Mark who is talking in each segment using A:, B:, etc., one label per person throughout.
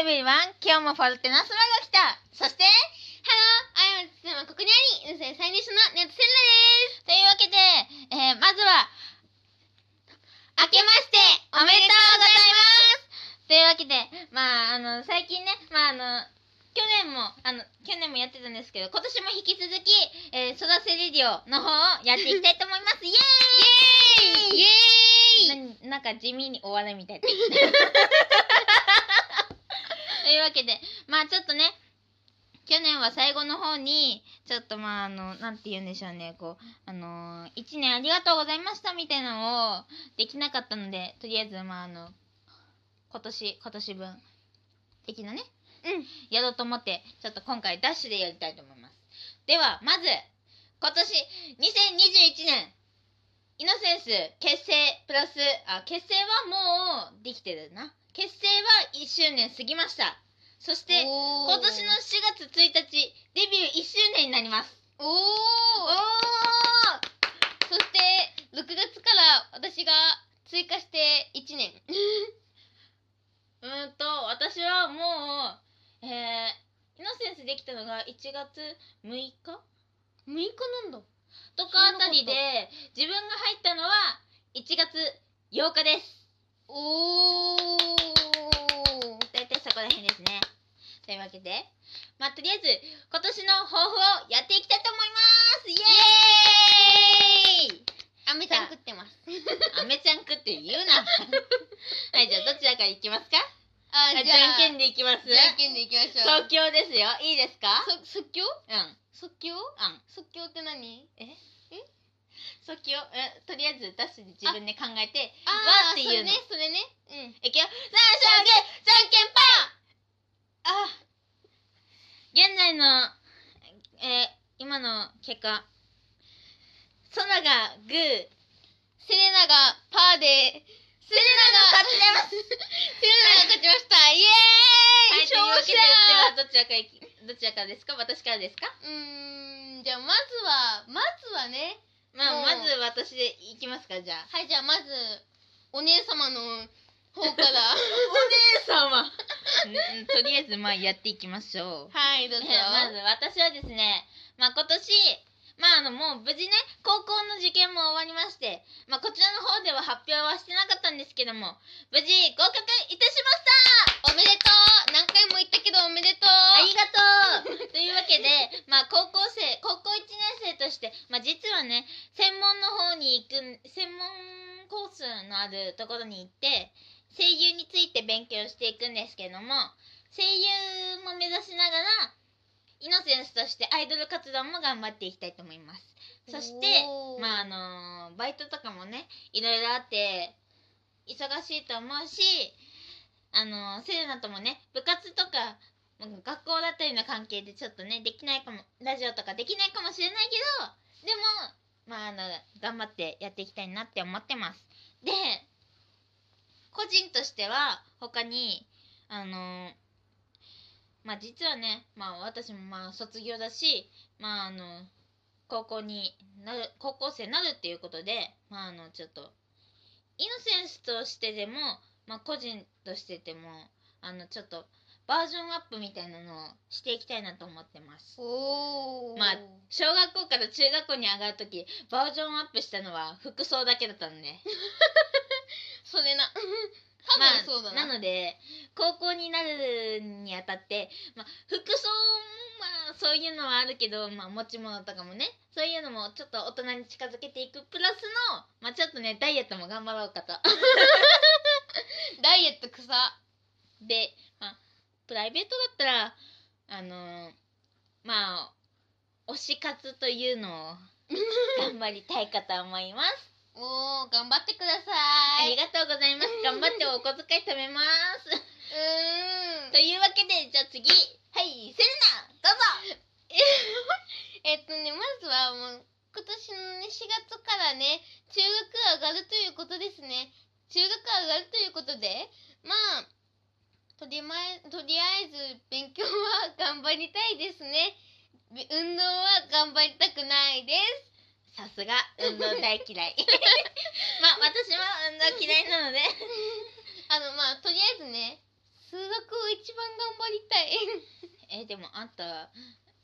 A: everyone! 今日もフォルテナ空が来たそして、
B: ハロー、あやまつまここにあり、運勢最年少のネットセルナ
A: とい
B: です。
A: うわけで、えーまずは、明けましておめでとうございますというわけで、まあ、あの、最近ね、まあ、あの、去年も、あの、去年もやってたんですけど、今年も引き続き、えー、育てレディオの方をやっていきたいと思います。イエーイ
B: イエーイ
A: ななんか地味に終わるみたいな。 というわけでまあちょっとね去年は最後の方にちょっとまああのなんて言うんでしょうねこうあのー、1年ありがとうございましたみたいなのをできなかったのでとりあえずまああの今年今年分的なね
B: うん。
A: やろうと思ってちょっと今回ダッシュでやりたいと思いますではまず今年2021年イノセンス結成プラスあ結成はもうできてるな結成は1周年過ぎましたそして今
B: 今
A: 年の4月1日デビュー1周年になります
B: おーそして、6月から私が追加して1年。
A: うーんと私はもうえー、イノセンスできたのが1月6日
B: 6日なんだ。
A: とかあたりで自分が入ったのは1月8日です
B: おー
A: 大体そこら辺ですね。というわけで、まあ、とりあえず、今年の抱負をやっていきたいと思いますイエーイ
B: あめちゃん食ってます。
A: アメちゃんくって言うな。はい、じゃあどちらからいきますか
B: あ
A: はいじゃんけんでいきます。
B: じゃんけんでいきましょう
A: 即。興ですよ。いいですか
B: そ即興
A: うん。うん。
B: 即興即興って何
A: 即興、え、とりあえず、ダッシュで自分で考えて、わー
B: あー
A: っていうの。
B: それね、それね。うん。
A: いくよ。三勝
B: じゃんけんぱ
A: あ現在の、えー今の結果空がグー
B: んセレナがパーで、セレナが、
A: 勝ちます
B: セレナが勝ちましたイエ
A: は
B: ーイ
A: い、というわけでではどちらからいきどちらからですか私からですか
B: うーん、じゃあまずは、まずはね、
A: まあ、
B: もう
A: まず私でいきますかじゃあ
B: はい、じゃあまず、お姉様の方 から。
A: お姉様とりあえずまあやっていきましょう
B: はい、どうぞ。
A: まず私はですね、まあ、今年、まあ、あのもう無事ね高校の受験も終わりまして、まあ、こちらの方では発表はしてなかったんですけども無事合格いたし
B: おめでとう何回も言ったけどおめでとう
A: ましたありが
B: は
A: とうというわけで、まあ、高校生高校1年生として、まあ、実はね専門の方に行く専門コースのあるところに行って声優について勉強していくんですけども声優も目指しながらイノセンスとしてアイドル活動も頑張っていきたいと思いますそしてまああのーバイトとかもねいろいろあって忙しいと思うしあのーセレナともね部活とかうん学校だったりの関係でちょっとねできないかもラジオとかできないかもしれないけどでもまああの頑張ってやっていきたいなって思ってますで個人としては他にあのーまあ実はねまあ私もまあ卒業だしまああの高校になる高校生になるっていうことでまああのちょっとイノセンスとしてでも、まあ、個人としてでもあのちょっとバージョンアップみたいなのをしていきたいなと思ってます
B: おー
A: まあ小学校から中学校に上がる時バージョンアップしたのは服装だけだったのね
B: それな多分そうだな、
A: まあ、なので高校になるにあたって、まあ、服装まあそういうのはあるけど、まあ、持ち物とかもねそういうのもちょっと大人に近づけていくプラスの、まあ、ちょっとねダイエットも頑張ろうかと
B: ダイエット草
A: で、まあ、プライベートだったらあのーまあ推し活という のを頑張りたいかと思います
B: おー頑張ってくださ
A: あ
B: い
A: りがとうございます頑張ってお小遣い貯めます
B: うーん
A: というわけでじゃあ次はいセレナどうぞ
B: えっとねまずはもう今年のね4月からね中学上がるということですね中学上がるということでまあとりまえとりあえず勉強は頑張りたいですねび運動は頑張りたくないです
A: さすが運動大嫌 いまあ私は運動嫌いなので
B: あのまあとりあえずね数学を一番頑張りたい
A: えでもあんた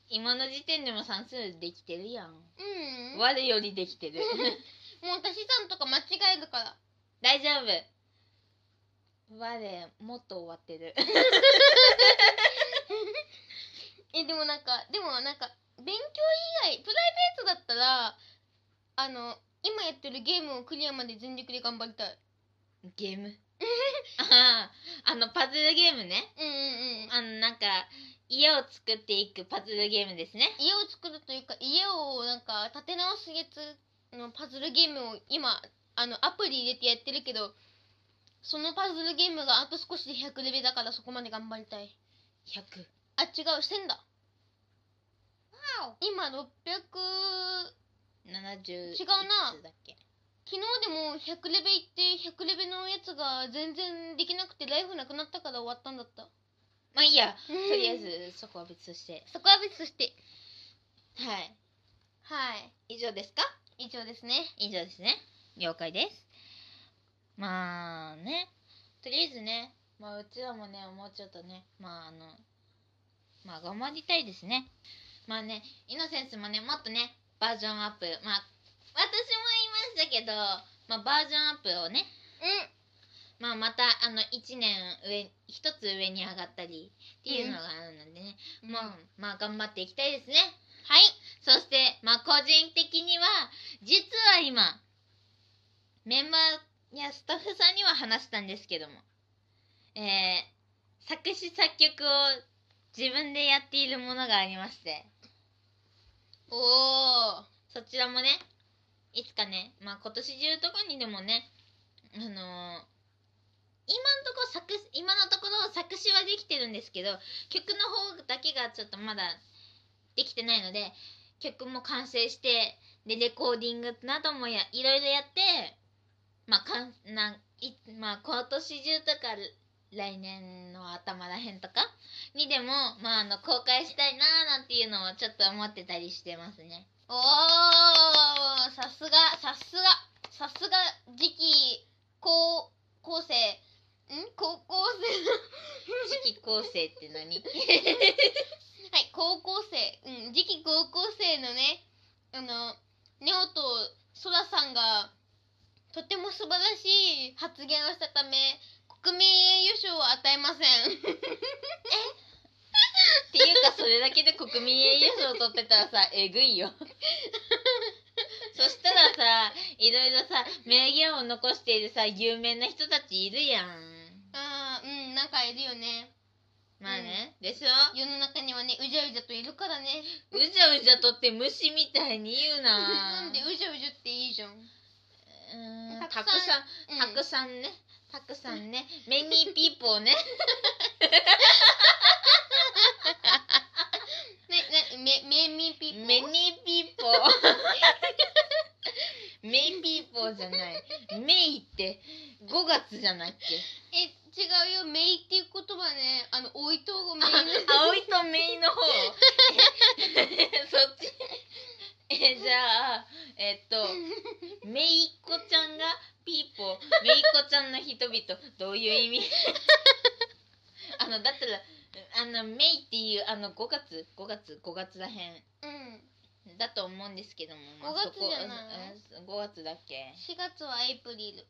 A: 今の時点でも算数できてるやん、
B: うんもう
A: 我よりでき てる
B: 足し算とか間違えるから
A: 大丈夫我もっと終わってる
B: えでもなんかでもなんか勉強以外プライベートだったらあの今やってるゲームをクリアまで全力で頑張りたい
A: ゲーム あああのパズルゲームね
B: うんうんうん
A: あのなんか家を作っていくパズルゲームですね
B: 家を作るというか家をなんか建て直すやつのパズルゲームを今あのアプリ入れてやってるけどそのパズルゲームがあと少しで100レベルだからそこまで頑張りたい
A: 100
B: あ違う1000だ今600
A: 70
B: 違うない
A: くつだっけ
B: 昨日でも100レベ行って100レベのやつが全然できなくてライフなくなったから終わったんだった
A: まあいいや
B: と
A: とりあえずそこは別として
B: そこは別として
A: はい
B: はい
A: 以上ですか
B: 以上ですね
A: 以上ですね了解ですまあねとりあえずねまあうちらもねもうちょっとねまああのまあ頑張りたいですねまあねイノセンスもねもっとねバージョンアップまあ私も言いましたけど、まあ、バージョンアップをね、まあ、またあの1年上一つ上に上がったりっていうのがあるのでね、
B: うん
A: まあまあ頑張っていきたいですね
B: はい
A: そして、まあ、個人的には、実は今、メンバーやスタッフさんには話したんですけども、えー作詞作曲を自分でやっているものがありまして、
B: おお
A: そちらもね、いつかね、まあ、今年中とかにでもね、あのー今のとこ作詞今のところ作詞はできてるんですけど曲の方だけがちょっとまだできてないので曲も完成してでレコーディングなどもやいろいろやって、まあ、かんないまあ今年中とか来年の頭らへんとかにでも、まあ、あの公開したいなーなんていうのをちょっと思ってたりしてますね。
B: おーさすがさすがさすが次期高校生ん高校生
A: 次期構成って何
B: はい高校生うん次期高校生のねあのネオとソラさんがとても素晴らしい発言をしたため国民栄誉賞を与えません
A: っ ていうかそれだけで国民栄誉賞を取ってたらさえぐいよ そしたらさいろいろさ名言を残しているさ有名な人たちいるやん
B: あーうんなんかいるよね
A: まあね、でしょ
B: 世の中にはねうじゃうじゃといるからね
A: うじゃうじゃとって虫みたいに言うな
B: なんでうじゃうじゃっていいじゃん、うん
A: うーん
B: た
A: た
B: く
A: く
B: さ
A: さ
B: ん
A: んたくさんねたくさん ねメニーピーポーね
B: ね、ね、め、めみぴぽ。
A: メニーピーポーメイピーポーじゃないメイって5月じゃないっけ
B: え、違うよ、めいっていう言葉ね、あの、おいとうごめい
A: あ
B: の。
A: 葵とメイの方 えそっちえじゃあえっとめいっ子ちゃんがピーポーめいっ子ちゃんの人々どういう意味 あのだったらあのめいっていうあの5月5月5月らへん
B: うん、
A: だと思うんですけども、
B: 五月じゃない
A: 5月だっけ
B: 四月はエイプリル、
A: う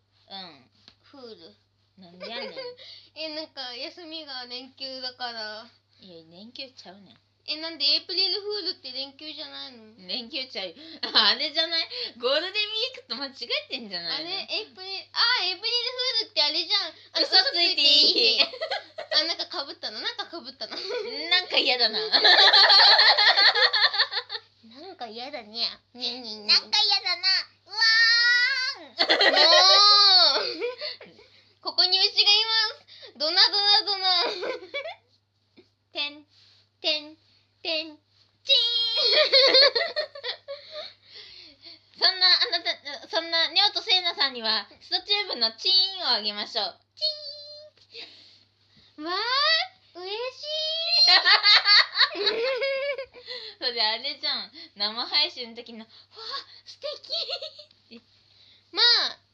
B: フール。
A: んなんでやねんいや
B: え、なんか、休みが連休だから。
A: 連休ちゃうねん
B: え、なんでエイプリルフールって連休じゃないの。
A: 連休ちゃうよ あれじゃないゴールデンウィークと間違えてんじゃない
B: あ
A: の
B: れ、エイプリル、あ、エイプリルフールってあれじゃん。あの
A: 嘘ついていい
B: あ、なんか被ったの、なんか被ったの。
A: なんか嫌だ ななんか
B: なんか嫌だね。ね、ね、ね。
A: だなうわ
B: もうここに牛がいますドナドナドナてんてんてん
A: チーンそんなあなたそんなネオとセイナさんにはストチューブのチーンをあげましょうチ
B: わあ嬉しい
A: ーンそれあれじゃん生配信の時の「わあ素敵
B: まあ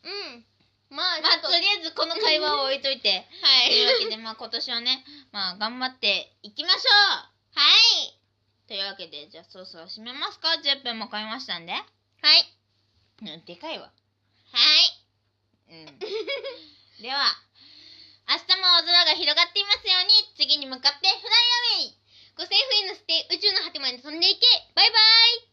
B: うんまあちょっと
A: まあとりあえずこの会話を置いといて
B: は
A: と
B: い。
A: いうわけで、まあ今年はね、まあ頑張っていきましょ
B: はい。
A: うというわけで、じゃあそろそろ締めますか ?10 分も超えましたんで。
B: はい。
A: うん、でかいわ。
B: はい。
A: うん。 では、明日も青空が広がっていますように、次に向かってフライアウェイ
B: 五千冬の捨て、宇宙の果てまで飛んでいけ。バイバイ。